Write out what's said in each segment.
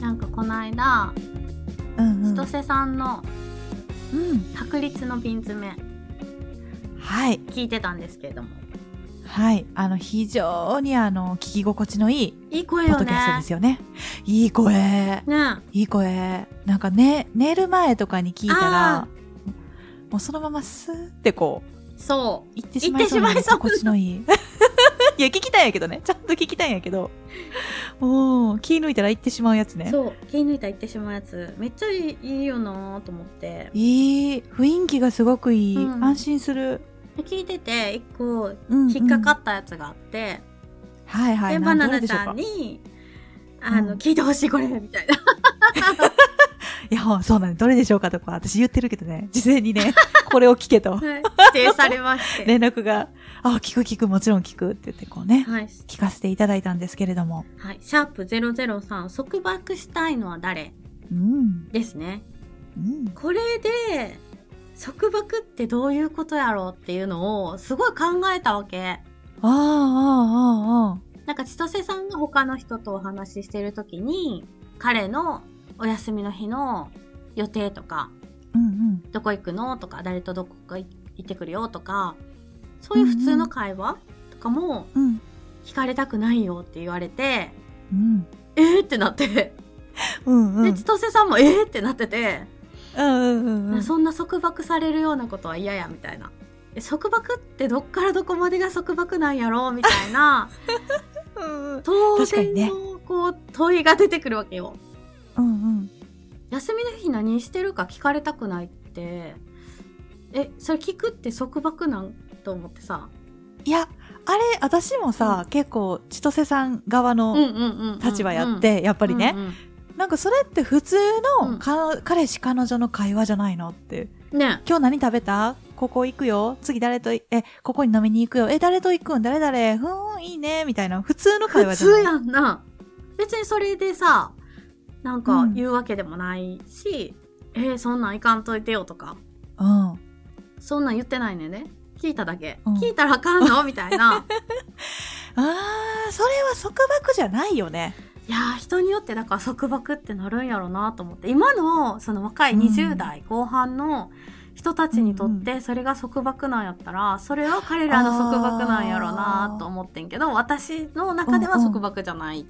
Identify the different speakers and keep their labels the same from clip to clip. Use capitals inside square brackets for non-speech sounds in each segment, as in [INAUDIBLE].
Speaker 1: なんかこの間
Speaker 2: うんうん
Speaker 1: 千歳さんの
Speaker 2: うん
Speaker 1: 卓立の瓶詰め
Speaker 2: はい
Speaker 1: 聞いてたんですけれども
Speaker 2: はいあの非常にあの聞き心地のいい
Speaker 1: いい声
Speaker 2: ポッ
Speaker 1: よ
Speaker 2: ドキャスト
Speaker 1: ね
Speaker 2: ですよねいい声
Speaker 1: ね
Speaker 2: いい声なんかね寝る前とかに聞いた
Speaker 1: あ
Speaker 2: らもうそのままスーってこう
Speaker 1: そ
Speaker 2: 行ってしまいそうな
Speaker 1: 行ってしまいそうな
Speaker 2: 心地のい [LAUGHS] いいや聞きたいんやけどねちゃんと聞きたいんやけどおー気抜いたら行ってしまうやつ
Speaker 1: う、
Speaker 2: ね
Speaker 1: そう気抜いたら言ってしまうやつめっちゃいいいいよなと思って
Speaker 2: いい雰囲気がすごくいい、
Speaker 1: うん
Speaker 2: 安心する、
Speaker 1: で聞いてて一個
Speaker 2: うん
Speaker 1: 引っかか
Speaker 2: っ
Speaker 1: ったやつがあって、
Speaker 2: はいはい
Speaker 1: で
Speaker 2: な
Speaker 1: バナ
Speaker 2: どれ
Speaker 1: ナ
Speaker 2: で
Speaker 1: ち
Speaker 2: しょうか
Speaker 1: ゃんにあの、
Speaker 2: うん
Speaker 1: 聞いてほしいこれみたいな
Speaker 2: [LAUGHS] いや、ほんそうなんですどれでしょうかとか、私言ってるけどね、事前にね、これを聞けと、
Speaker 1: はい指定されまして、
Speaker 2: 連絡が、あ、聞く聞く、もちろん聞くって言って、こうね、
Speaker 1: はい、
Speaker 2: 聞かせていただいたんですけれども。
Speaker 1: はい、シャープ003束縛したいのは誰
Speaker 2: うん、
Speaker 1: ですね
Speaker 2: うん、
Speaker 1: これで束縛ってどういうことやろうっていうのをすごい考えたわけ
Speaker 2: ああ、ああ、あ
Speaker 1: なんか千歳さんが他の人とお話ししてる時に彼のお休みの日の予定とか
Speaker 2: あ、うん、
Speaker 1: どこ行くのとか誰とどこか行ってくるよとかそういう普通の会話とかも
Speaker 2: うん、うん、
Speaker 1: 聞かれたくないよって言われて
Speaker 2: うん、
Speaker 1: えーってなって
Speaker 2: うん、うん、うん、う
Speaker 1: で
Speaker 2: ん
Speaker 1: 千歳さんもえーってなってて
Speaker 2: うん、うん、
Speaker 1: そんな束縛されるようなことは嫌やみたいなえ束縛ってどっからどこまでが束縛なんやろうみたいな
Speaker 2: うん、
Speaker 1: 当
Speaker 2: [LAUGHS] 確かに
Speaker 1: 然
Speaker 2: ね
Speaker 1: のこう問いが出てくるわけよ
Speaker 2: うん、
Speaker 1: 休みの日何してるか聞かれたくないってえそれ聞くって束縛なんと思ってさ
Speaker 2: いや、あれ、私もさ、結構、千歳さん側の立場やって、やっぱ
Speaker 1: ぱ
Speaker 2: りね、なんかそれって普通
Speaker 1: う
Speaker 2: の
Speaker 1: ん
Speaker 2: か、彼氏彼女の会話じゃないのって。
Speaker 1: ね
Speaker 2: 今日何食べたここ行くよ次誰とい、え、ここに飲みに行くよえ、誰と行くん誰誰ふーん、いいねみたいな、普通の会
Speaker 1: 普
Speaker 2: 話じゃな
Speaker 1: 通
Speaker 2: い
Speaker 1: やんな別にそれでさなんか
Speaker 2: うん
Speaker 1: 言うわけでもないし、えーそんなんいかんといてよとか
Speaker 2: うん。
Speaker 1: そんなん言ってないねんね聞いただけ、
Speaker 2: うん
Speaker 1: 聞いたらあかんのみたい
Speaker 2: [LAUGHS]
Speaker 1: な
Speaker 2: あー、それは束縛じゃないよね。
Speaker 1: いやー人によってだから束縛ってなるんやろうなと思って今のその若い
Speaker 2: うん
Speaker 1: 20代後半の人たちにとってそれが束縛なんやったらそれは彼らの束縛なんやろうなと思ってんけど私の中では束縛じゃない。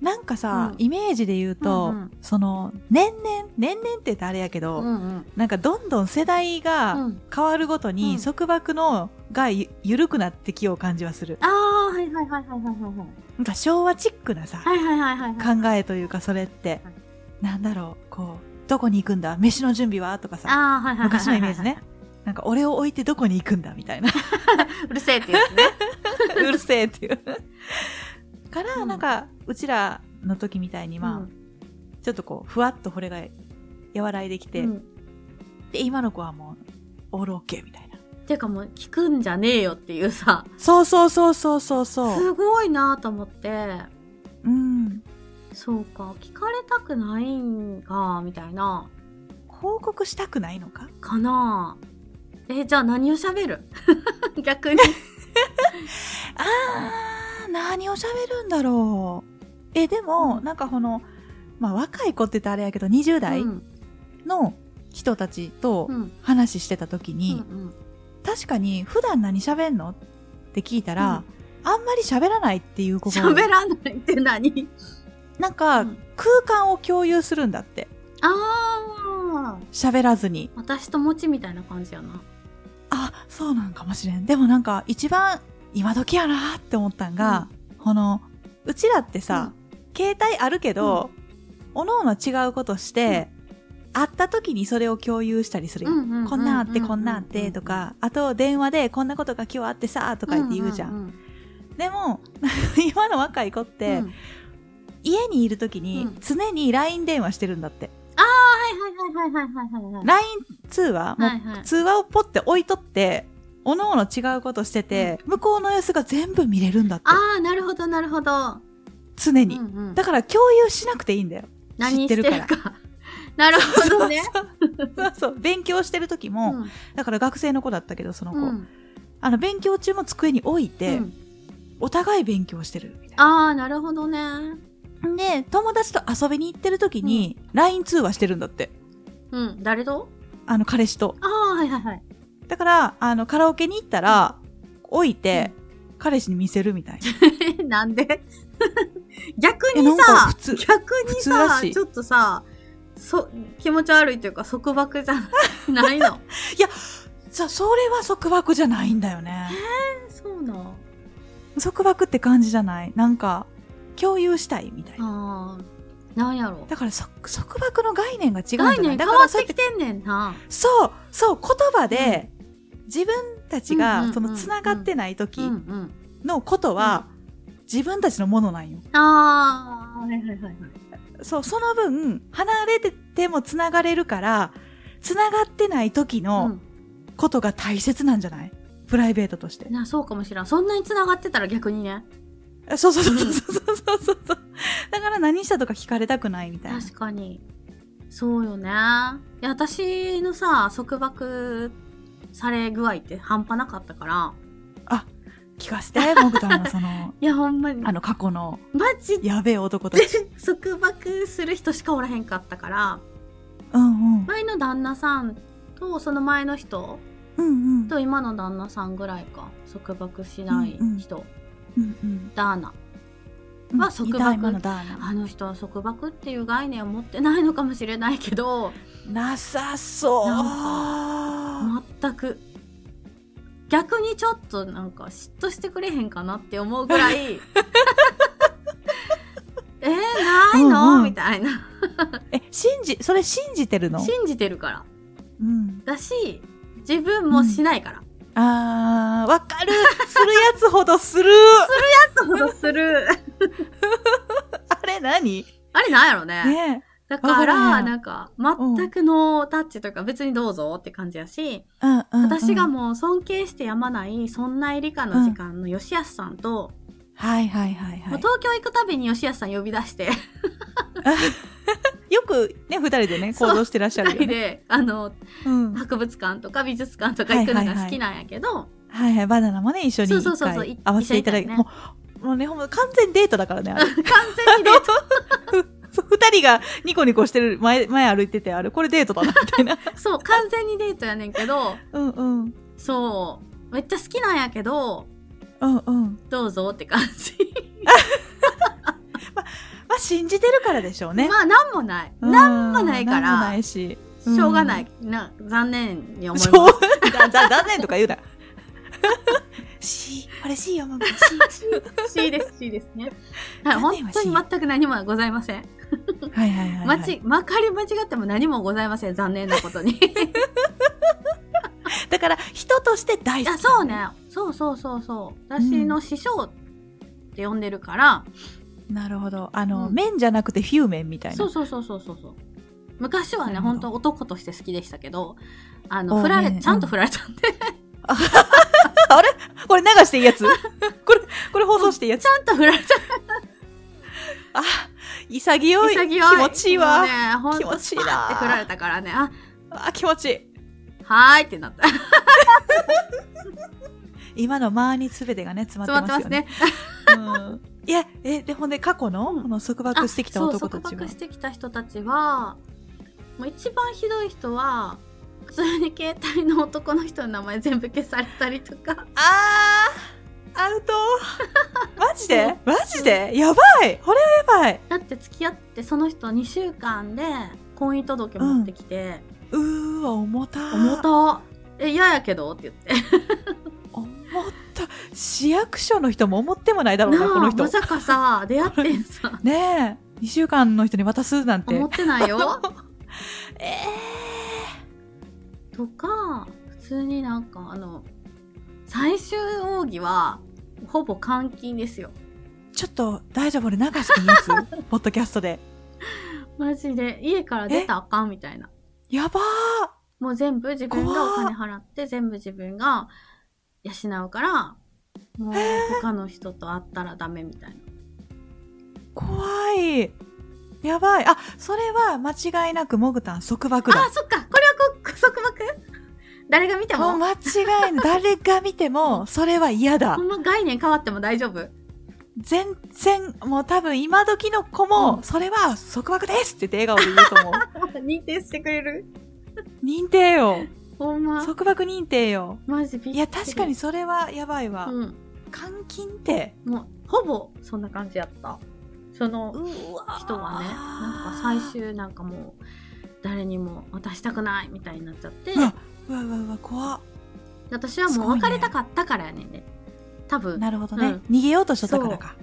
Speaker 2: なんかさ、
Speaker 1: うん
Speaker 2: イメージで言うと、
Speaker 1: うんうん
Speaker 2: その、年々、年々って言ってあれやけど、
Speaker 1: うんうん
Speaker 2: なんかどんどん世代
Speaker 1: う
Speaker 2: が
Speaker 1: ん
Speaker 2: 変わるごと
Speaker 1: うん
Speaker 2: に束縛のがゆ緩くなってきよう感じはする。
Speaker 1: ああはいはいはいはいはいはいはい
Speaker 2: なんか昭和チックなさ、
Speaker 1: はいはいはいはいはい
Speaker 2: 考えというかそれって、
Speaker 1: はい
Speaker 2: なんだろうこうどこに行くんだ飯の準備はとかさ
Speaker 1: あーはいはいはいはいはい
Speaker 2: 昔のイメージね [LAUGHS] なんか俺を置いてどこに行くんだみたいな
Speaker 1: うるせえってやつね
Speaker 2: [LAUGHS] うるせえっていうから、
Speaker 1: うん
Speaker 2: なんかうちらの時みたいに [LAUGHS] まあ、
Speaker 1: うん
Speaker 2: ちょっとこうふわっとこれが和らいできて、
Speaker 1: うん
Speaker 2: で今の子はもうオールオッケーみたいな
Speaker 1: ていうかもう聞くんじゃねえよっていうさ
Speaker 2: そうそうそうそうそうそう
Speaker 1: すごいなと思って
Speaker 2: うん
Speaker 1: そうか聞かれたくないんかみたいな
Speaker 2: 報告したくないのか
Speaker 1: かなえじゃあ何を喋
Speaker 2: [LAUGHS]
Speaker 1: る逆に
Speaker 2: あー何を喋るんだろうえでも、
Speaker 1: うん
Speaker 2: なんかこの、まあ、若い子って言ったらあれやけど20代
Speaker 1: うん
Speaker 2: の人たちと
Speaker 1: うん
Speaker 2: 話してた時
Speaker 1: うんう
Speaker 2: に、
Speaker 1: ん
Speaker 2: 確かに普段何喋んのって聞いたら、あんまり喋らないっていう子が
Speaker 1: 喋らないって何
Speaker 2: なんか、
Speaker 1: うん
Speaker 2: 空間を共有するんだって
Speaker 1: ああ
Speaker 2: 喋らずに
Speaker 1: 私ともちみたいな感じやな
Speaker 2: あそうなんかもしれんでもなんか一番今時やなって思ったんが、このうちらってさ、携帯あるけど、おのおの違うことして、会った時にそれを共有したりするやん、こんなんあってこんなんあってとか、あと電話でこんなことが今日あってさ
Speaker 1: と
Speaker 2: とか言って言うじゃん。
Speaker 1: ん
Speaker 2: でも、 [LAUGHS] 今の若い子って、
Speaker 1: うん
Speaker 2: 家にいる時に
Speaker 1: うん
Speaker 2: 常に LINE 電話してるんだって。
Speaker 1: はいはいはいはいはいはいはい
Speaker 2: LINE 通話も
Speaker 1: はいはいう
Speaker 2: 通話をポッて置いとって、おのおの違うことしてて、向こうの様子が全部見れるんだって。
Speaker 1: ああなるほどなるほど
Speaker 2: 常に。
Speaker 1: うんうん
Speaker 2: だから共有しなくていいんだよ。 [LAUGHS]
Speaker 1: 何
Speaker 2: 知
Speaker 1: し
Speaker 2: ってて
Speaker 1: る
Speaker 2: る
Speaker 1: か
Speaker 2: から
Speaker 1: なるほどね
Speaker 2: そうそう。勉強してる時
Speaker 1: う
Speaker 2: も、
Speaker 1: ん
Speaker 2: だから学生の子だったけど、その子。
Speaker 1: うん
Speaker 2: あの、勉強中も机に置いて、
Speaker 1: うん
Speaker 2: お互い勉強してるみたいな。
Speaker 1: ああなるほどね
Speaker 2: で、友達と遊びに行ってる時に、LINE 通話してるんだって。
Speaker 1: うん。誰と
Speaker 2: あの、彼氏と。
Speaker 1: ああ、はいはいはい。
Speaker 2: だから、あの、カラオケに行ったら、置いて、彼氏に見せるみたいな。
Speaker 1: え [LAUGHS] なんで逆
Speaker 2: え
Speaker 1: に
Speaker 2: なんか
Speaker 1: さ
Speaker 2: 普通
Speaker 1: 逆に
Speaker 2: 普通ら
Speaker 1: さ
Speaker 2: しい
Speaker 1: ちょっとさそ気持ち悪いというか束縛じゃないない
Speaker 2: [LAUGHS]
Speaker 1: の
Speaker 2: さ、それは束縛じゃないんだよね。
Speaker 1: そうなの
Speaker 2: 束縛って感じじゃないなんか、共有したいみたい
Speaker 1: あ
Speaker 2: な。
Speaker 1: ーなんやろ
Speaker 2: だから、そ束縛の概念が違うんじゃない
Speaker 1: 概念
Speaker 2: だ
Speaker 1: 変
Speaker 2: か
Speaker 1: わ
Speaker 2: ら
Speaker 1: っ
Speaker 2: そう
Speaker 1: て
Speaker 2: やっ
Speaker 1: き
Speaker 2: て、
Speaker 1: てんねんな
Speaker 2: そう、そう、言葉で、自分たち
Speaker 1: うんうんう
Speaker 2: が、
Speaker 1: ん
Speaker 2: その、繋がってない時
Speaker 1: うんうん
Speaker 2: のことは、自分たちのものなんよ。
Speaker 1: あーはいはいはいはい
Speaker 2: そう、その分、離れてても繋がれるから、繋がってない時のことが大切なんじゃない、プライベートとして
Speaker 1: うん、。なそうかもしれんそんなに繋がってたら逆にね
Speaker 2: あそうそうそうそうそうそうそうそう。だから何したとか聞かれたくないみたいな。
Speaker 1: 確かにそうよねいや私のさ束縛され具合って半端なかったから
Speaker 2: 聞かせて、モグタンのそ [LAUGHS] の、
Speaker 1: いやほんまに
Speaker 2: あの過去の
Speaker 1: マジ
Speaker 2: やべえ男たち。
Speaker 1: [LAUGHS] 束縛する人しかおらへんかったから
Speaker 2: うんうん。
Speaker 1: 前の旦那さんとその前の人
Speaker 2: うんうん。
Speaker 1: と今の旦那さんぐらいか束縛しない人、
Speaker 2: うん
Speaker 1: ダーナ
Speaker 2: うん。
Speaker 1: は束縛
Speaker 2: いた今のダーナ。
Speaker 1: あの人は束縛っていう概念を持ってないのかもしれないけど
Speaker 2: なさそう。
Speaker 1: 全く逆にちょっとなんか嫉妬してくれへんかなって思うぐら
Speaker 2: [LAUGHS]
Speaker 1: い [LAUGHS] えー、ないの、
Speaker 2: うんうん
Speaker 1: みたいな
Speaker 2: え、信じ、それ信じてるの
Speaker 1: 信じてるから
Speaker 2: うん。
Speaker 1: だし自分もしないから、
Speaker 2: あー、わかる。するやつほどする。
Speaker 1: [LAUGHS] そうする
Speaker 2: [LAUGHS] あれ何
Speaker 1: あれなんやろね
Speaker 2: ね
Speaker 1: だか
Speaker 2: わから
Speaker 1: ら、
Speaker 2: へん
Speaker 1: なんか、全くノータッチというか、別にどうぞって感じやし、
Speaker 2: え。うんうん、うん。
Speaker 1: 私がもう尊敬してやまない、そんな理科の時間の吉安さんと、
Speaker 2: はいはいはいは
Speaker 1: もう東京行くたびに吉安さん呼び出して、
Speaker 2: い。よくね、二人でね、
Speaker 1: そう
Speaker 2: 行動してらっしゃ
Speaker 1: 二
Speaker 2: るよ
Speaker 1: 人
Speaker 2: ね。
Speaker 1: で、あの、
Speaker 2: うん。
Speaker 1: 博物館とか美術館とか行くのが好きなんやけど、
Speaker 2: はいはい、バナナもね、一緒に
Speaker 1: そうそうそうそう
Speaker 2: 一回合わせていただいて、
Speaker 1: 一緒に行
Speaker 2: もう、もうね、ほんま完全デートだからね、あれ。
Speaker 1: 完全にデート。
Speaker 2: そう二人がニコニコしてる、前、前歩いてて、あれ、これデートだな、み
Speaker 1: [LAUGHS]
Speaker 2: たいな。
Speaker 1: そう、完全にデートやねんけど、
Speaker 2: うんうん。
Speaker 1: そう、めっちゃ好きなんやけど、
Speaker 2: うんうん。
Speaker 1: どうぞって感じ。
Speaker 2: まあ、信じてるからでしょうね。
Speaker 1: [LAUGHS] まあ、なんもない。
Speaker 2: うん
Speaker 1: なんもないか
Speaker 2: なんもな
Speaker 1: ら、
Speaker 2: いし。
Speaker 1: しょうがな
Speaker 2: うん
Speaker 1: い。な、残念に思います
Speaker 2: [LAUGHS] し。ょうが残念とか言うな。 [LAUGHS] し、これしよ、もう。し
Speaker 1: C です、C ですね。はい、
Speaker 2: 残
Speaker 1: 本
Speaker 2: 念は C
Speaker 1: 当に全く何もございません。
Speaker 2: はいはいはいはい。
Speaker 1: まち、まかり間違っても何もございません、残念なこと
Speaker 2: [LAUGHS]
Speaker 1: に。
Speaker 2: だから、人として大
Speaker 1: い
Speaker 2: 好き。
Speaker 1: や、そう。ね。そうそうそうそう。私の師匠って呼んでるから、
Speaker 2: なるほど。あの、
Speaker 1: うん
Speaker 2: 麺じゃなくてフィュー麺みたいな。
Speaker 1: そうそうそうそうそうそう。昔はね、
Speaker 2: なるほど
Speaker 1: 本当男として好きでしたけど、あ
Speaker 2: お
Speaker 1: の、
Speaker 2: う
Speaker 1: 振られ、
Speaker 2: ね
Speaker 1: ちゃんと振られたんで、ち
Speaker 2: これ流していいやつこれ、これ放送していいやつ
Speaker 1: ゃんと振られた。
Speaker 2: あ、潔い。
Speaker 1: 潔い。
Speaker 2: 気持ちいいわ。
Speaker 1: もうね、ほん
Speaker 2: 気持
Speaker 1: と、
Speaker 2: ち
Speaker 1: ス
Speaker 2: いい
Speaker 1: パ
Speaker 2: な
Speaker 1: ーって振られたからね、あ、
Speaker 2: あ、気持ちいい。
Speaker 1: はーいってなった。
Speaker 2: 今の間に全てがね、詰
Speaker 1: 詰
Speaker 2: ま
Speaker 1: [LAUGHS] ま
Speaker 2: っ
Speaker 1: ってて
Speaker 2: ま
Speaker 1: ますす
Speaker 2: よね。
Speaker 1: ね。
Speaker 2: うんいや、え、で、ほんで過去の、
Speaker 1: うん
Speaker 2: この束
Speaker 1: あ
Speaker 2: 縛してきた男た
Speaker 1: そ
Speaker 2: ち
Speaker 1: う束縛
Speaker 2: は
Speaker 1: し。てきた人たちはもう一番ひどい人は普通に携帯の男の人の名前全部消されたりとか [LAUGHS]
Speaker 2: あー、アウトマジでマジでやばいこれはやばい
Speaker 1: だって付き合ってその人2週間で婚姻届持ってきて
Speaker 2: うーわ、重た
Speaker 1: 「
Speaker 2: ー
Speaker 1: 重たえ嫌やけど」って言って
Speaker 2: 重た。市役所の人も思ってもないだろうな、こ
Speaker 1: な
Speaker 2: の
Speaker 1: あ
Speaker 2: 人
Speaker 1: ま。さかさ出会ってん
Speaker 2: [LAUGHS]
Speaker 1: さ
Speaker 2: ねえ、2週間の人に渡すなんて
Speaker 1: 思っ。てないよ
Speaker 2: [LAUGHS] ええ
Speaker 1: とか普通になんかあの最終奥義はほぼ監禁ですよ
Speaker 2: ちょっと大丈夫俺流していいや
Speaker 1: [LAUGHS]
Speaker 2: つポッドキャストで。
Speaker 1: マジで家から出たらあかんみたいな
Speaker 2: やばー
Speaker 1: もう全部自分がお
Speaker 2: 怖
Speaker 1: 金
Speaker 2: っ
Speaker 1: 払って、全部自分が養うから、もう他の人と会ったらダメみたいな。
Speaker 2: 怖いやばいあ、それは間違いなくモグタン束縛
Speaker 1: あ
Speaker 2: だ
Speaker 1: あ、。そっかこれはこ束縛 [LAUGHS] 誰が見ても
Speaker 2: もう間違いない。誰が見ても、それは嫌だ
Speaker 1: ほ。んま概念変わっても大丈夫
Speaker 2: 全然、もう多分今時の子も、それは束縛ですって言って笑顔で言うと思
Speaker 1: [LAUGHS]
Speaker 2: う。
Speaker 3: 認定してくれる
Speaker 2: 認定よ。
Speaker 1: ほんま
Speaker 2: 束縛認定よ。
Speaker 1: マジびっくり
Speaker 2: いや、確かにそれはやばいわ。
Speaker 1: うん
Speaker 2: 監禁って。
Speaker 1: もうほぼそんな感じやったその
Speaker 2: うわ
Speaker 1: 人はねなんか最。終なんかもう誰にも渡したくないみたいになっちゃって、
Speaker 2: うんうわうわうわ、怖っ
Speaker 1: 私はもう別れたかったからやねんね多分
Speaker 2: なるほどね、
Speaker 1: うん
Speaker 2: 逃げようとしとったからか。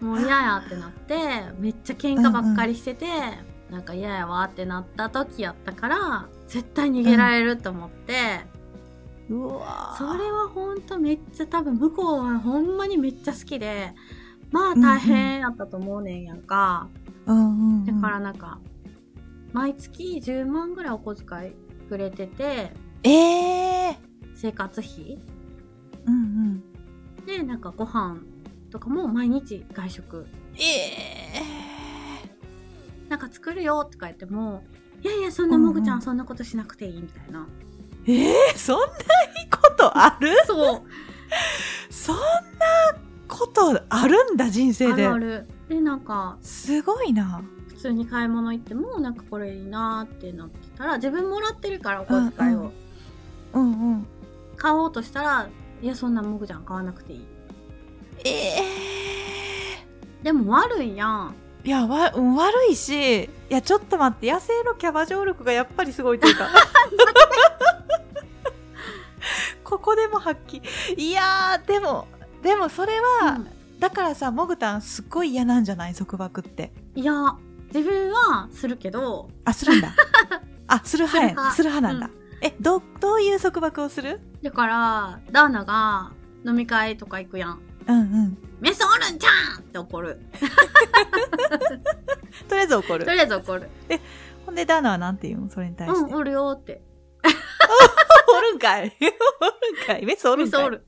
Speaker 1: もう嫌やってなってめっちゃ喧嘩ばっかりしてて、なんか嫌やわってなった時やったから絶対逃げられると思って、
Speaker 2: うわ
Speaker 1: それはほんとめっちゃ多分向こうはほんまにめっちゃ好きでまあ大変やったと思うねんやんか、
Speaker 2: うんうん、うん。
Speaker 1: だからなんか毎月10万ぐらいお小遣いくれてて
Speaker 2: ええ
Speaker 1: 生活費
Speaker 2: ー。うんうん。
Speaker 1: でなんかご飯とかも毎日外食
Speaker 2: ええ
Speaker 1: なんか作るよとか言っても、いやいや、そんなもぐちゃ
Speaker 2: うんうん
Speaker 1: んそんなことしなくていいみたいな。
Speaker 2: ー。ええそんないいことある
Speaker 1: そう、
Speaker 2: そんなことあるんだ、人
Speaker 1: [LAUGHS]
Speaker 2: 生
Speaker 1: あ
Speaker 2: で
Speaker 1: る。ある。で、なんか、
Speaker 2: すごいな。
Speaker 1: 普通に買い物行っても、なんかこれいいなーってなってたら、自分もらってるからお小遣い
Speaker 2: うん
Speaker 1: を
Speaker 2: うんうんうん。
Speaker 1: 買おうとしたら、いや、そんなもぐちゃん買わなくていい。
Speaker 2: ええ
Speaker 1: でも悪いやん。
Speaker 2: いやわ、うん悪いし、いや、ちょっと待って、野生のキャバ嬢力がやっぱりすごいという [LAUGHS] か。ここでも発揮。いやー、でも、でもそれは、だからさ、モグタンすっごい嫌なんじゃない束縛って。
Speaker 1: うんいや、自分はするけど、
Speaker 2: あ、する [LAUGHS] んだ。あ、する派やん。す
Speaker 1: す
Speaker 2: る派なんだ。え、ど、どういう束縛をする
Speaker 1: だから、ダーナが飲み会とか行くやん。
Speaker 2: うんうん。
Speaker 1: メスおるんちゃんって怒る。
Speaker 2: とりあえず怒る
Speaker 1: と。りあえず怒る。
Speaker 2: ほんで、ダーナはなんて言うのそれに対 [LAUGHS] して。
Speaker 1: うん、おるよーって。
Speaker 2: おるんかい。おるんかい。メスおる
Speaker 1: メ
Speaker 2: ん
Speaker 1: ス
Speaker 2: かい。
Speaker 1: おる。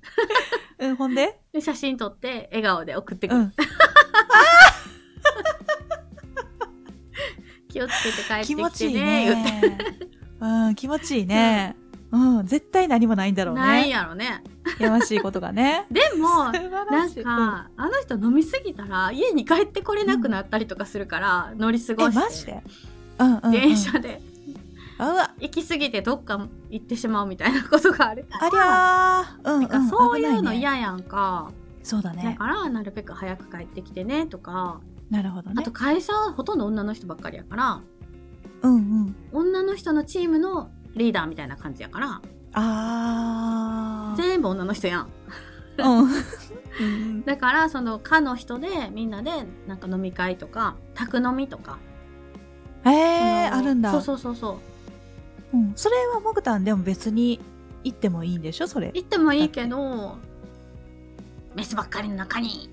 Speaker 2: うん、ほんで
Speaker 1: で、写真撮って、笑顔で送ってく
Speaker 2: う
Speaker 1: る。
Speaker 2: ん。
Speaker 1: 気をつけて帰ってきて
Speaker 2: 気
Speaker 1: ね。
Speaker 2: 持ちいい
Speaker 1: 言っ
Speaker 2: ね。うん、気持ちいいね。うん、絶対何もないんだ
Speaker 1: て
Speaker 2: ろう
Speaker 1: ないん
Speaker 2: ね。
Speaker 1: やろね。
Speaker 2: やましいことが
Speaker 1: [LAUGHS]
Speaker 2: ね。
Speaker 1: でも、
Speaker 2: 素晴
Speaker 1: な
Speaker 2: ら
Speaker 1: ん
Speaker 2: しい
Speaker 1: か、あの人飲みすぎたら、家に帰ってこれなくなったりとかするから、乗り過
Speaker 2: うんえ、
Speaker 1: ごして。
Speaker 2: マジでうんうん、うん。
Speaker 1: 電車で、
Speaker 2: うわ、
Speaker 1: 行き過ぎてどっか行ってしまうみたいなことがあるから。
Speaker 2: ありゃー。うん、
Speaker 1: な
Speaker 2: うんん。
Speaker 1: かそういう
Speaker 2: 危な
Speaker 1: の
Speaker 2: ね。
Speaker 1: 嫌やんか。
Speaker 2: そうだ
Speaker 1: だ
Speaker 2: ね。
Speaker 1: から、なるべく早く帰ってきてね、とか。
Speaker 2: なるほど
Speaker 1: あ
Speaker 2: ね
Speaker 1: と、。会社はほとんど女の人ばっかりやから、
Speaker 2: うんうん。
Speaker 1: 女の人のチームのリーダーみたいな感じやから、
Speaker 2: あー。
Speaker 1: 全部女の人やん。 [LAUGHS]
Speaker 2: うん。
Speaker 1: だからその課の人でみんなでなんか飲み会とか宅飲みとか
Speaker 2: えー、
Speaker 1: その
Speaker 2: あるんだ。
Speaker 1: そうそうそうそう
Speaker 2: うんそれはモグタンでも別に行ってもいいんでしょそれ。
Speaker 1: 行ってもいいけどメスばっかりの中
Speaker 2: [LAUGHS]
Speaker 1: に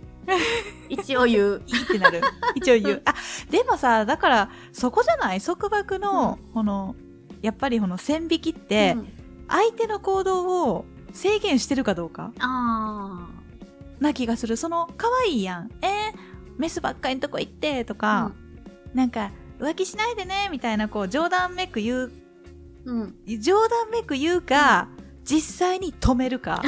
Speaker 1: 一応言う
Speaker 2: いいってな [LAUGHS] る。一応言う。あ、でもさ、だから、そこじゃない束縛の、この、やっぱりこの線引きって、
Speaker 1: うん
Speaker 2: 相手の行動を制限してるかどうか
Speaker 1: あ
Speaker 2: な気がする。その、可愛いやん。えー、メスばっかりのとこ行って、と
Speaker 1: あ
Speaker 2: か、なんか、浮気しないでね、みたいな、こう、冗談めく言う、
Speaker 1: うん、うん
Speaker 2: 冗談めく言うか、実際に止める [LAUGHS] か、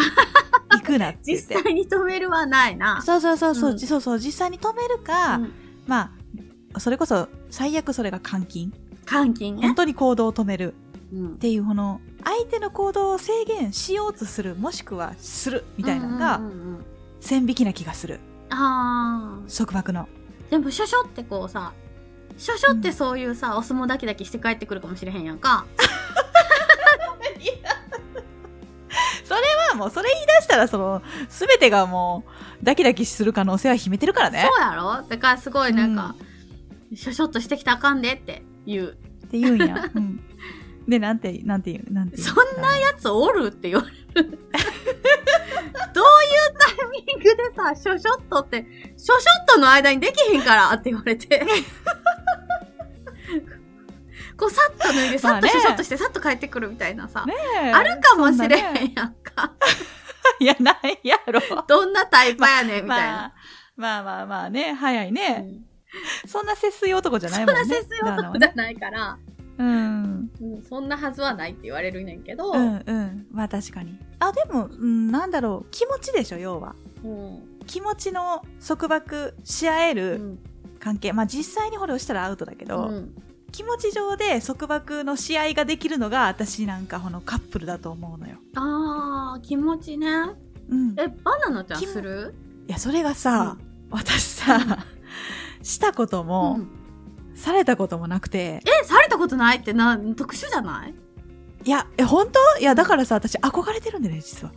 Speaker 2: 行くなって言って
Speaker 1: 実。際に止めるはないな
Speaker 2: そうそうそうそう、
Speaker 1: うん
Speaker 2: じそうそう、実際に止めるか、
Speaker 1: うん
Speaker 2: まあ、それこそ、最悪それが監禁。
Speaker 1: 監禁ね
Speaker 2: 本、当に行動を止める
Speaker 1: うん
Speaker 2: っていうこの相手の行動を制限しようとするもしくはするみたいなの
Speaker 1: う
Speaker 2: が
Speaker 1: んうんうんうん
Speaker 2: 線引きな気がする
Speaker 1: あー
Speaker 2: 束縛の
Speaker 1: でもしょしょってこうさしょしょってそういうさ、お相撲だけだけして帰ってくるかもしれへんやんか
Speaker 2: まあもうそれ言い出したらその全てがもうダキダキする可能性は秘めてるからね
Speaker 1: そうやろだからすごいなんか、しょしょっとしてきたらあかんでって言う
Speaker 2: って言うんや、うん、でなんてなんて言うなんて言う
Speaker 1: そんなやつおるって言われる。 [LAUGHS] どういうタイミングでさ、ショショットって、ショショットの間にできへんから
Speaker 2: [LAUGHS]
Speaker 1: って言われて。 [LAUGHS] こう、さっと脱いで、さっと
Speaker 2: まあ
Speaker 1: シ
Speaker 2: ね
Speaker 1: ョショットして、さっと帰ってくるみたいなさ。
Speaker 2: ねえ
Speaker 1: あるかもしれ
Speaker 2: そんな
Speaker 1: へ
Speaker 2: ね
Speaker 1: んやんか。
Speaker 2: いやないやろ
Speaker 1: [LAUGHS] どんなタイプやねんみたい
Speaker 2: ま
Speaker 1: な。
Speaker 2: あまあまあまあね早いね、
Speaker 1: うん
Speaker 2: そんな節水男じゃない
Speaker 1: そん
Speaker 2: もんね
Speaker 1: な節制
Speaker 2: ダーナは
Speaker 1: 男じ
Speaker 2: ね
Speaker 1: ゃないから、
Speaker 2: うん
Speaker 1: うんそんなはずはないって言われるねんけど、
Speaker 2: うんうんまあ確かにあでも、うん、なんだろう気持ちでしょ要は
Speaker 1: うん
Speaker 2: 気持ちの束縛し合える関係、まあ実際にフォローしたらアウトだけど、気持ち上で束縛の試合ができるのが私なんかこのカップルだと思うのよ。
Speaker 1: あー気持ちね
Speaker 2: うん、
Speaker 1: えバナナちゃん
Speaker 2: 気も
Speaker 1: する
Speaker 2: いやそれがさ、私さしたことも、
Speaker 1: うん
Speaker 2: されたこともなくて
Speaker 1: えされたことないってな特殊じゃない
Speaker 2: いやえ本当いやだからさ私憧れてるんだよね実は。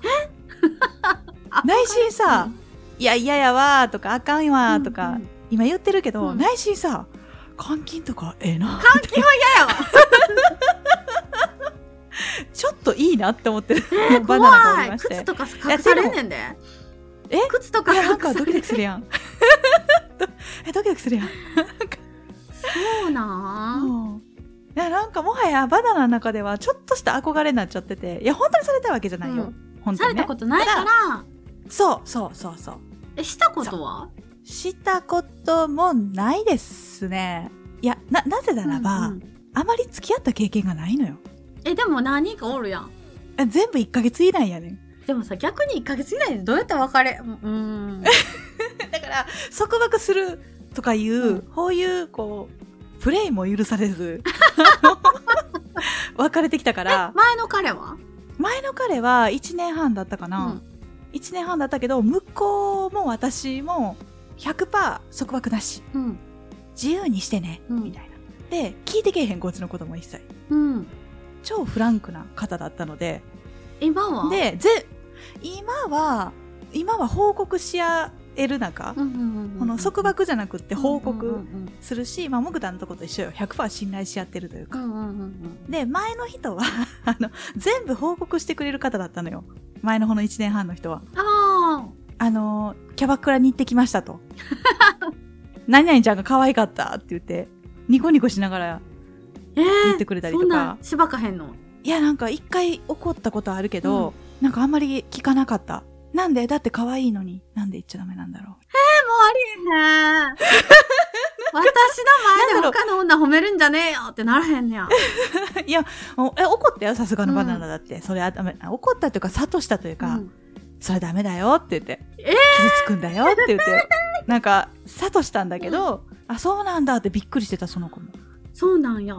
Speaker 1: [LAUGHS] あ
Speaker 2: 内心さ
Speaker 1: うん
Speaker 2: 「いや嫌やわ」とか「あかんわ」とか、
Speaker 1: うんうん
Speaker 2: 今言ってるけど、
Speaker 1: うん
Speaker 2: 内心さ監禁とかええ
Speaker 1: 換
Speaker 2: な
Speaker 1: 気は嫌やわ
Speaker 2: [LAUGHS] ちょっといいなって思ってる、バナナがおり
Speaker 1: 怖
Speaker 2: ま
Speaker 1: い
Speaker 2: して
Speaker 1: 靴とか隠されんねんで
Speaker 2: でもえ
Speaker 1: 靴とか
Speaker 2: いやなん
Speaker 1: 隠
Speaker 2: か
Speaker 1: さ
Speaker 2: ド
Speaker 1: れ
Speaker 2: キドキするやん [LAUGHS] えドキドキするやん
Speaker 1: そうなん
Speaker 2: うんいやなんかもはやバナナの中ではちょっとした憧れになっちゃってていや本当にされたいわけじゃないよ、
Speaker 1: う
Speaker 2: 本
Speaker 1: さ
Speaker 2: 当
Speaker 1: れ
Speaker 2: に、ね
Speaker 1: た、ことないから
Speaker 2: そうそうそうそう
Speaker 1: えしたことは
Speaker 2: したこともないですねいやななぜならば、
Speaker 1: うんうん
Speaker 2: あまり付き合った経験がないのよ
Speaker 1: えでも何人かおるやん
Speaker 2: え全部1ヶ月以内やねん
Speaker 1: でもさ逆に1ヶ月以内でどうやって別れうん
Speaker 2: [LAUGHS] だから束縛するとかいう、
Speaker 1: うん
Speaker 2: こういうこうプレイも許されず [LAUGHS] 別れてきたから
Speaker 1: 前の彼は
Speaker 2: 前の彼は1年半だったか
Speaker 1: う
Speaker 2: な、
Speaker 1: ん
Speaker 2: 一1年半だったけど向こうも私も100%束縛なし
Speaker 1: うん
Speaker 2: 自由にしてね、
Speaker 1: うん
Speaker 2: みたいなで聞いてけえへんこっちのことも一切
Speaker 1: うん
Speaker 2: 超フランクな方だったので
Speaker 1: 今は
Speaker 2: でぜ今は今は報告し合える中、
Speaker 1: うんうんうんうん
Speaker 2: この束縛じゃなくって
Speaker 1: う
Speaker 2: 報
Speaker 1: んう
Speaker 2: 告
Speaker 1: ん
Speaker 2: するし、まあ、モグダンとこと一緒よ100%信頼し合ってるという
Speaker 1: う
Speaker 2: か、
Speaker 1: んうんうんうん
Speaker 2: で前の人は [LAUGHS] あの全部報告してくれる方だったのよ前のこの1年半の人は
Speaker 1: あ
Speaker 2: あのーキャバクラに行ってき
Speaker 1: [LAUGHS]
Speaker 2: ましたと。何々ちゃんが可愛かったって言って、ニコニコしながら
Speaker 1: ーえ
Speaker 2: 言っ
Speaker 1: ー
Speaker 2: てくれたり
Speaker 1: そ
Speaker 2: と
Speaker 1: んな
Speaker 2: か。
Speaker 1: しばかへんの
Speaker 2: いや、なんか一回怒ったことあるけど、なんかあんまり聞かなかった。なんでだって可愛いのに、なんで言っちゃダメなんだろう。
Speaker 1: もうありえへ
Speaker 2: [LAUGHS]
Speaker 1: ん。私の前で他の女褒めるんじゃねえよってならへんねや。
Speaker 2: おえ、怒ったよ、さすがのバナナだって。それはダメ。あ怒ったというか、諭したという
Speaker 1: う
Speaker 2: か、
Speaker 1: ん
Speaker 2: それダメだよって言って。
Speaker 1: えー
Speaker 2: 傷つくんだよって
Speaker 1: [LAUGHS]
Speaker 2: 言って。なんか、諭したんだけど、あ、そうなんだってびっくりしてた、その子も。
Speaker 1: そうなんや。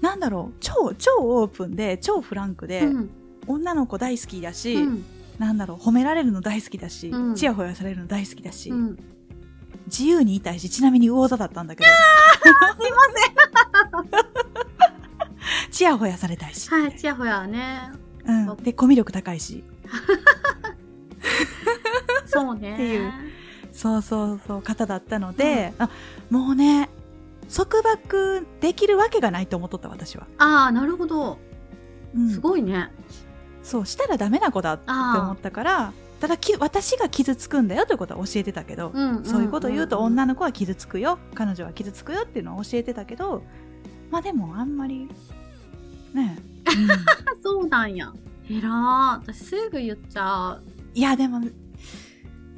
Speaker 2: なんだろう、超、超オープンで、超フランクで、
Speaker 1: うん
Speaker 2: 女の子大好きだし、
Speaker 1: うん
Speaker 2: なんだろう褒められるの大好きだし、
Speaker 1: うん
Speaker 2: ちやほやされるの大好きだし、
Speaker 1: うん
Speaker 2: 自由にいたいしちなみに魚座だったんだ
Speaker 1: [LAUGHS]
Speaker 2: けど [LAUGHS] ちやほやされたいし、
Speaker 1: はい、ちやほやね。
Speaker 2: うん、でコミュ力高いし
Speaker 1: そうね。
Speaker 2: っていうそうそうそう方だったので、あもうね束縛できるわけがないと思っとった私は、
Speaker 1: ああ、なるほど。
Speaker 2: うん
Speaker 1: すごいね。
Speaker 2: そうしたらダメな子だって思
Speaker 1: あ
Speaker 2: ったからただき私が傷つくんだよということは教えてたけど、
Speaker 1: あ。ん
Speaker 2: そういうこと言うと
Speaker 1: ん
Speaker 2: 女の子は傷つくよ彼女は傷つくよっていうのを教えてたけどまあでもあんまりねえ、
Speaker 1: [LAUGHS] あそうなんや。えらー。私すぐ言っちゃう。
Speaker 2: いやでもい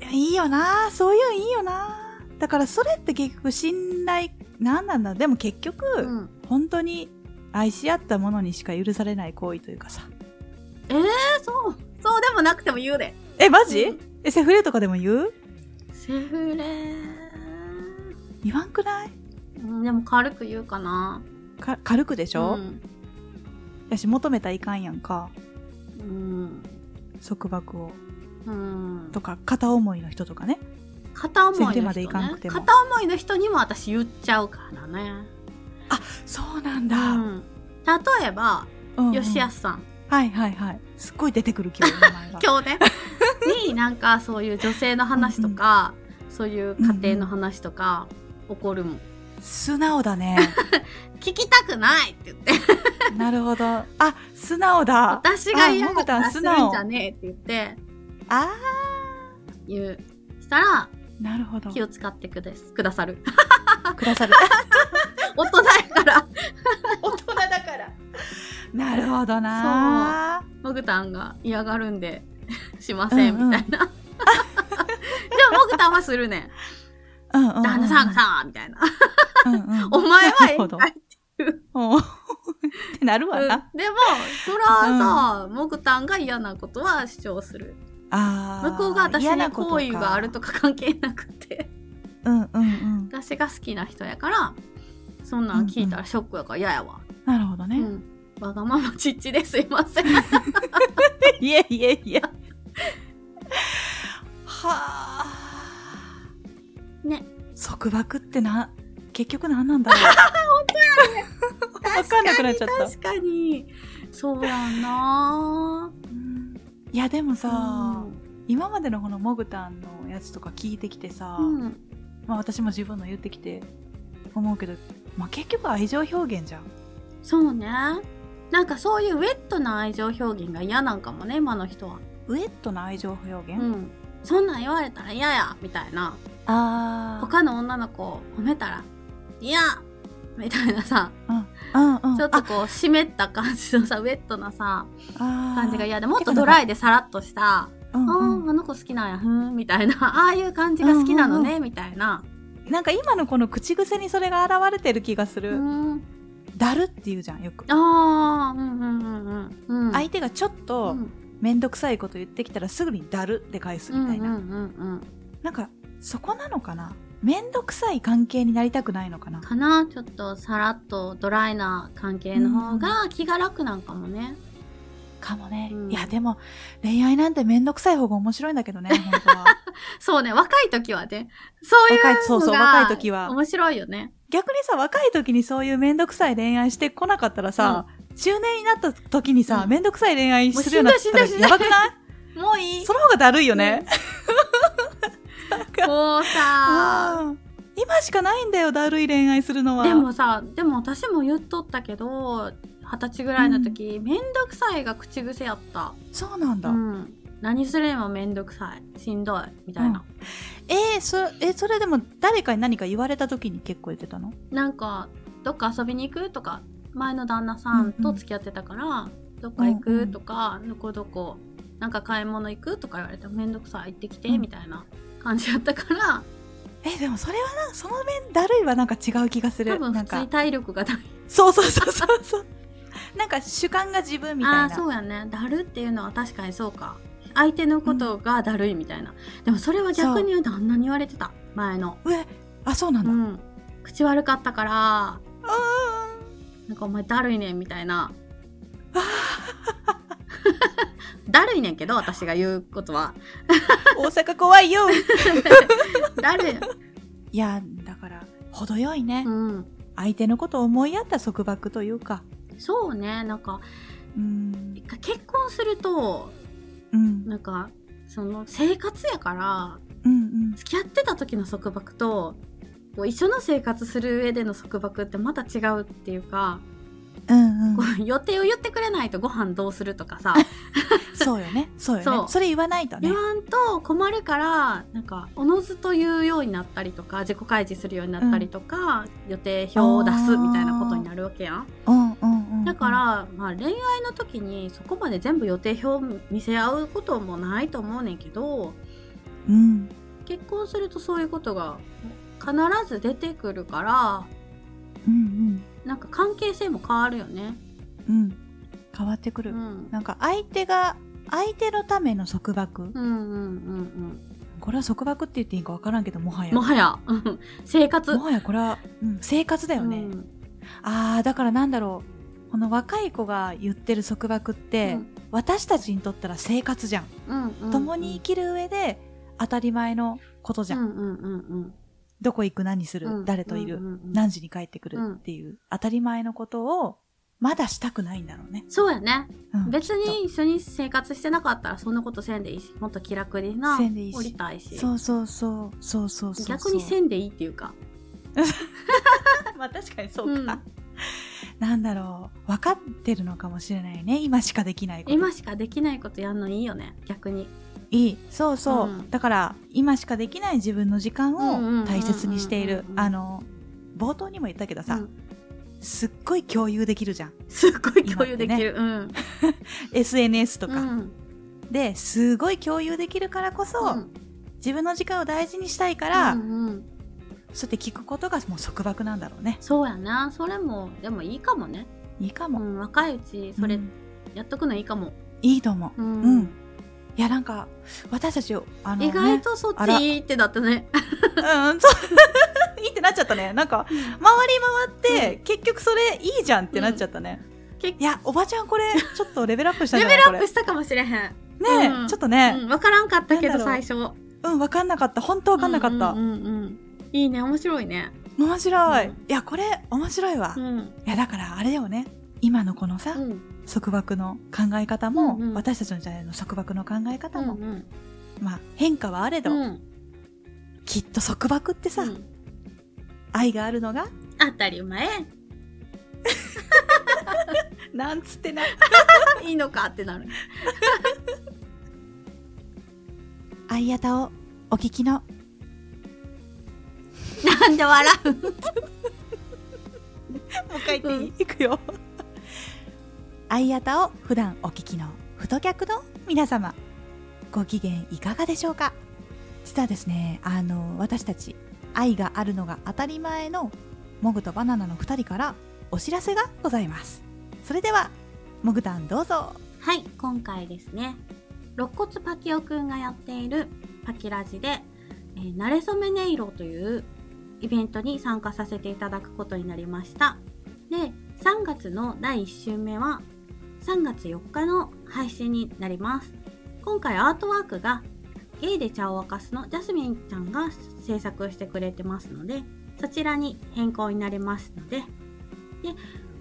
Speaker 2: やいいよなそういうんいいよなだからそれって結局信頼なんなんだでも結局、
Speaker 1: うん。
Speaker 2: 本当に愛し合ったものにしか許されない行為というかさ
Speaker 1: え、そう。そうでもなくても言うで。
Speaker 2: えマジ、
Speaker 1: うん
Speaker 2: えセフレとかでも言う
Speaker 1: セフレ
Speaker 2: 言わんくない
Speaker 1: うんでも軽く言うかな。
Speaker 2: か軽くでしょ、
Speaker 1: うん
Speaker 2: やし求めたらいかんやんか
Speaker 1: うん。
Speaker 2: 束縛を
Speaker 1: うん
Speaker 2: とか片思いの人とかね
Speaker 1: 片思い
Speaker 2: 先手
Speaker 1: の
Speaker 2: まで
Speaker 1: 人、
Speaker 2: いかんく
Speaker 1: ね、
Speaker 2: ても
Speaker 1: 片思いの人にも私言っちゃうからね、
Speaker 2: そうなん
Speaker 1: う、ん、例えば、
Speaker 2: うんうん
Speaker 1: 吉安さん。
Speaker 2: はいはいはい。すっごい出てくる今日名前が
Speaker 1: 今日
Speaker 2: [LAUGHS]
Speaker 1: ねになんかそういう女性の話とかそういう家庭の話とか起こるもん
Speaker 2: 素直
Speaker 1: [LAUGHS]
Speaker 2: だね。
Speaker 1: 聞きたくないって言って
Speaker 2: なるほど。あ、素直だ。
Speaker 1: 私が嫌な
Speaker 2: あも
Speaker 1: こ
Speaker 2: ぐ
Speaker 1: と
Speaker 2: たん
Speaker 1: する
Speaker 2: 素
Speaker 1: ん
Speaker 2: 直
Speaker 1: じゃねえって言って
Speaker 2: あ
Speaker 1: 言うしたら
Speaker 2: ー、なるほど。
Speaker 1: 気を使ってくですくださる
Speaker 2: くださる。
Speaker 1: 大人やから
Speaker 2: [LAUGHS] 大人だから。なるほどな
Speaker 1: モグタンが嫌がるんで [LAUGHS] しませんみたいな、 [LAUGHS] でもモグタンはするねん
Speaker 2: う。うんうんうん。
Speaker 1: 旦那さんがさ、みたいな。
Speaker 2: うんうん。
Speaker 1: お前は
Speaker 2: な
Speaker 1: ええ
Speaker 2: るほ
Speaker 1: ん
Speaker 2: ど
Speaker 1: かい
Speaker 2: うん [LAUGHS] ってなるわ
Speaker 1: うん
Speaker 2: な。
Speaker 1: でも、そらさ、モグタンが嫌なことは主張する。
Speaker 2: あー
Speaker 1: 向こうが私
Speaker 2: 嫌
Speaker 1: に
Speaker 2: なこと
Speaker 1: 好
Speaker 2: か
Speaker 1: 意があるとか関係なくて
Speaker 2: うんうんうん
Speaker 1: 私が好きな人やからそんなん聞いたらショックやから嫌やわ、
Speaker 2: なるほどね、
Speaker 1: うんわがままちっちですいません
Speaker 2: [LAUGHS] いえいえいえはあ
Speaker 1: ね
Speaker 2: 束縛ってな結局何なん
Speaker 1: [LAUGHS]
Speaker 2: だろう [LAUGHS] 分かんなくなっちゃった
Speaker 1: 確かにそうやんな
Speaker 2: うんいやでもさ、
Speaker 1: うん
Speaker 2: 今までのこのモグタンのやつとか聞いてきてさ、
Speaker 1: うん
Speaker 2: まあ私も自分の言ってきて思うけど、まあ、結局愛情表現じゃん
Speaker 1: そうねなんかそういうウェットな愛情表現が嫌なんかもね今の人は、
Speaker 2: ウェットな愛情表現、
Speaker 1: うん、そんなん言われたら嫌やみたいな
Speaker 2: あ
Speaker 1: 他の女の子を褒めたら嫌みたいなさ
Speaker 2: うんうん
Speaker 1: ちょっとこう湿った感じのさウェットなさ
Speaker 2: 感
Speaker 1: 感じが嫌でもっとドライでさらっとした「
Speaker 2: う
Speaker 1: あ
Speaker 2: んうん
Speaker 1: ーあの子好きなんやふーん」みたいな [LAUGHS] 「ああいう感じが好きなの
Speaker 2: うん
Speaker 1: ね」みたいな
Speaker 2: なんか今のこの口癖にそれが現れてる気がす
Speaker 1: 「う
Speaker 2: る、
Speaker 1: ん
Speaker 2: だるって言うじゃんよく、
Speaker 1: ああうんうんうんうんうん」
Speaker 2: 相手がちょっと
Speaker 1: うん
Speaker 2: 面倒くさいこと言ってきたらすぐにだるって返すみたいな、
Speaker 1: うんうんうん
Speaker 2: なんかそこなのかな面倒くさい関係になりたくないのか
Speaker 1: う、
Speaker 2: なん
Speaker 1: かなちょっとさらっとドライな関係の方が気が楽なんかもね、
Speaker 2: かもね、
Speaker 1: うん
Speaker 2: いやでも恋愛なんて面倒くさい方が面白いんだけどね本当は
Speaker 1: そうね若い時はね [LAUGHS] そういうの
Speaker 2: 若い
Speaker 1: が
Speaker 2: そうそう若い時は
Speaker 1: 面白いよね
Speaker 2: 逆にさ若い時にそういう面倒くさい恋愛してこなかったらさ、中年になった時にさ、
Speaker 1: うん
Speaker 2: 面倒くさい恋愛するようになったら
Speaker 1: もうしんどいしんど
Speaker 2: や
Speaker 1: い
Speaker 2: ばくない
Speaker 1: もう [LAUGHS] いい
Speaker 2: その方がだるいよね。
Speaker 1: もうさ
Speaker 2: あー今しかないんだよ、だるい恋愛するのは。
Speaker 1: [LAUGHS] でもさでも私も言っとったけど二十歳ぐらいの時、めんどくさいが口癖やった、
Speaker 2: そうなんだ。
Speaker 1: うん、何するにもめんどくさいしんどいみたいな、
Speaker 2: えーそ、え、それでも誰かに何か言われた時に結構言ってたの
Speaker 1: なんかどっか遊びに行くとか前の旦那さんと付き合ってたから、どっか行くとか、どこどこなんか買い物行くとか言われてめんどくさい行ってきて、
Speaker 2: うん
Speaker 1: みたいな感じやったから
Speaker 2: え、でもそれはな、その面、だるいはなんか違う気がする。
Speaker 1: 多分
Speaker 2: な
Speaker 1: 普
Speaker 2: ん
Speaker 1: 通に
Speaker 2: か、
Speaker 1: 体力がない
Speaker 2: そうそうそうそうそう。 [LAUGHS] なんか主観が自分みた
Speaker 1: あ
Speaker 2: い
Speaker 1: あー
Speaker 2: な。
Speaker 1: そうやねだるっていうのは確かにそうか相手のことがだるいみたいな、でもそれは逆に旦那に言われてた前の
Speaker 2: うえ、あ、そうな
Speaker 1: う
Speaker 2: んだ。
Speaker 1: ん口悪かったから
Speaker 2: あ
Speaker 1: なんかお前だるいねんみたいな
Speaker 2: あ
Speaker 1: [LAUGHS] だるいねんけど私が言うこと [LAUGHS] は
Speaker 2: ー大阪怖いよ。
Speaker 1: だるい、
Speaker 2: いや、だから、程よいね。
Speaker 1: うん、
Speaker 2: 相手のことを思いやった束縛というか。
Speaker 1: そうねなんか
Speaker 2: うん。
Speaker 1: 結婚すると
Speaker 2: うん。
Speaker 1: なんかその生活やから
Speaker 2: うんうん。
Speaker 1: 付き合ってた時の束縛とこう一緒の生活する上での束縛ってまた違うっていうか、
Speaker 2: うんうん
Speaker 1: こ。う予定を言ってくれないとご飯どうするとかさ
Speaker 2: そうよ
Speaker 1: [LAUGHS]
Speaker 2: ね。そうよね。
Speaker 1: そ
Speaker 2: そうれ言わないとね
Speaker 1: 言。わんと困るからなんかおのずと言うようになったりとか自己開示するようになったりとか、予定表を出すみたいなことになるわけやん。
Speaker 2: うんうんうん。
Speaker 1: だから、まあ、恋愛の時にそこまで全部予定表を見せ合うこともないと思うねんけど
Speaker 2: うん。
Speaker 1: 結婚するとそういうことが必ず出てくるから
Speaker 2: うん
Speaker 1: なんか関係性も変わるよね。
Speaker 2: うん。うん。変わってく
Speaker 1: う
Speaker 2: る。
Speaker 1: ん、
Speaker 2: なんか相手が、相手のための束縛。
Speaker 1: うんうんうん
Speaker 2: これは束縛って言っていいんかわからんけど、もは
Speaker 1: う
Speaker 2: や。
Speaker 1: ん。もはや [LAUGHS] うん生活
Speaker 2: もはやこれは、うん、生活だよね。
Speaker 1: うん
Speaker 2: ああ、だからなんだろう。この若い子が言ってる束縛って、私たちにとったら生活じゃん。
Speaker 1: うんうんうん
Speaker 2: 共に生きる上で、当たり前のことじゃん。
Speaker 1: うんうんうんうん
Speaker 2: どこ行く、何する、
Speaker 1: うん
Speaker 2: 誰といる、
Speaker 1: うんうんうん
Speaker 2: 何時に帰ってくるっていう、当たり前のことを、まだしたくないんだろうね。
Speaker 1: そうやね
Speaker 2: うん
Speaker 1: 別に一緒に生活してなかったらそんなことせんでいいしもっと気楽にな
Speaker 2: せんでいいし
Speaker 1: 降りたいし
Speaker 2: そうそうそうそうそうそう
Speaker 1: 逆にせんでいいっていうか
Speaker 2: [LAUGHS] まあ確かにそう
Speaker 1: か
Speaker 2: なんだろう分かってるのかもしれないね今しかできないこと
Speaker 1: 今しかできないことやんのいいよね逆に
Speaker 2: いいそうそう、
Speaker 1: うん
Speaker 2: だから今しかできない自分の時
Speaker 1: うんうんうんうんうんうん
Speaker 2: 間を大切にしているあの冒頭にも言ったけどさ、
Speaker 1: うん
Speaker 2: すっごい共有できるじゃん
Speaker 1: すっごい共有できる、うん、
Speaker 2: SNS と
Speaker 1: と
Speaker 2: か、ですごい共有できるからこそ、自分の時間を大事にしたいから、そうやって聞くことがもう束縛なんだろうね
Speaker 1: そうやなそれもでもいいかもね、
Speaker 2: いいか
Speaker 1: う
Speaker 2: も、
Speaker 1: ん、若いうちそれ
Speaker 2: うん
Speaker 1: やっとくのいいかも、
Speaker 2: いいと思う
Speaker 1: うん
Speaker 2: うんいやなんか私たちあの、ね、
Speaker 1: 意外とそっ
Speaker 2: あ
Speaker 1: ち
Speaker 2: ら
Speaker 1: いいってだったね。
Speaker 2: うんそう [LAUGHS] いいってなっちゃったねなんか回り回って、結局それいいじゃんってなっちゃったね、
Speaker 1: 結
Speaker 2: いやおばちゃんこれちょっとレベルアップしたん
Speaker 1: レ
Speaker 2: じゃ
Speaker 1: ベル
Speaker 2: ない
Speaker 1: ア
Speaker 2: これ
Speaker 1: ップしたかもしれへん。
Speaker 2: ねえ、
Speaker 1: うん
Speaker 2: ちょっとね
Speaker 1: う、ん、わからんかったけ
Speaker 2: な
Speaker 1: ど
Speaker 2: んだ
Speaker 1: 最
Speaker 2: ろう
Speaker 1: 初。わ
Speaker 2: うん、分かんなかった本当分かんなかった、
Speaker 1: うんうんうんうんいいね、面白いね。
Speaker 2: 面白い、
Speaker 1: うん
Speaker 2: いやこれ面白いわ、
Speaker 1: う
Speaker 2: い
Speaker 1: ん。
Speaker 2: やだからあれだよね今のこのさ、
Speaker 1: うん。
Speaker 2: 束縛の考え方も、
Speaker 1: うんうん
Speaker 2: 私たちの時代の束縛の考え方
Speaker 1: うん
Speaker 2: も、
Speaker 1: うん。
Speaker 2: まあ変化はあれど、
Speaker 1: うん
Speaker 2: きっと束縛ってさ、
Speaker 1: うん
Speaker 2: 愛があるのが
Speaker 1: 当たり前。
Speaker 2: なん
Speaker 1: [LAUGHS]
Speaker 2: つってない
Speaker 1: いのかってなる。
Speaker 2: 愛やたをお聞きの
Speaker 1: なんで笑う
Speaker 2: もう一回
Speaker 1: 言っていい
Speaker 2: いくよ [LAUGHS] 愛やたを普段お聞きの太客の皆様ご機嫌いかがでしょうか実はですねあの私たち愛があるのが当たり前のモグとバナナの2人からお知らせがございますそれではモグタンどうぞ
Speaker 1: はい、今回ですね、肋骨パキオくんがやっているパキラジで、えー、慣れ初め音色というイベントに参加させていただくことになりました。で、3月の第1週目は、3月4日の配信になります。今回アートワークが、ゲイで茶を沸かすのジャスミンちゃんが制作してくれてますので、そちらに変更になりますので、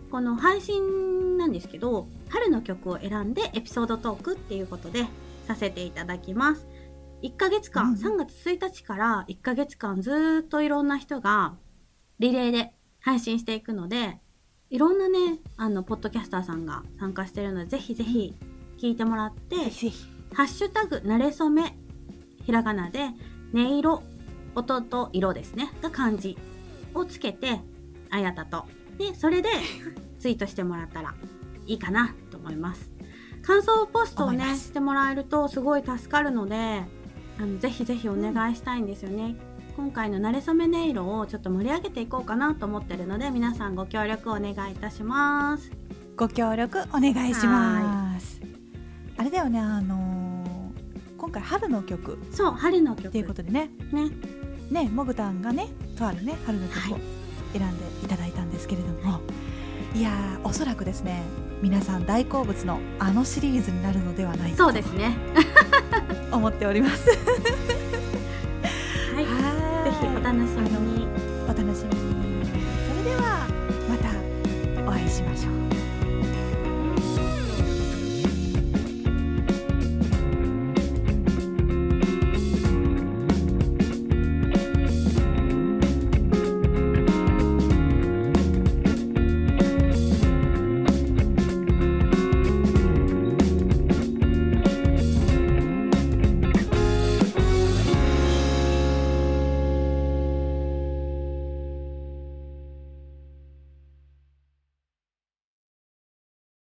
Speaker 1: この配信なんですけど春の曲を選んでエピソードトークっていうことでさせていただきます1ヶ月間、
Speaker 2: うん
Speaker 1: 3月1日から1ヶ月間ずーっといろんな人がリレーで配信していくのでいろんなねあのポッドキャスターさんが参加してるのでぜひぜひ聞いてもらって
Speaker 2: ぜひ
Speaker 1: ハッシュタグ、なれそめ、ひらがなで、音色、音と色ですね、が漢字をつけて、あやたと。で、そ [LAUGHS] れでツイートしてもらったらいいかなと思います。感想ポストを
Speaker 2: 思い
Speaker 1: ね、
Speaker 2: ます
Speaker 1: してもらえるとすごい助かるので、あのぜひぜひお願いしたいんですよね。今回のなれそめ音色をちょっと盛り上げていこうかなと思ってるので、皆さんご協力お願いいたします。
Speaker 2: ご協力お願いしますあれだよねあのー今回春の曲
Speaker 1: そう、春の曲。
Speaker 2: っていうことでね
Speaker 1: ね。
Speaker 2: ねモグタンがねとあるね春の曲を
Speaker 1: はい
Speaker 2: 選んでいただいたんですけれども、い、やーおそらくですね皆さん大好物のあのシリーズになるのではないか
Speaker 1: そう
Speaker 2: と
Speaker 1: ですね。
Speaker 2: 思っております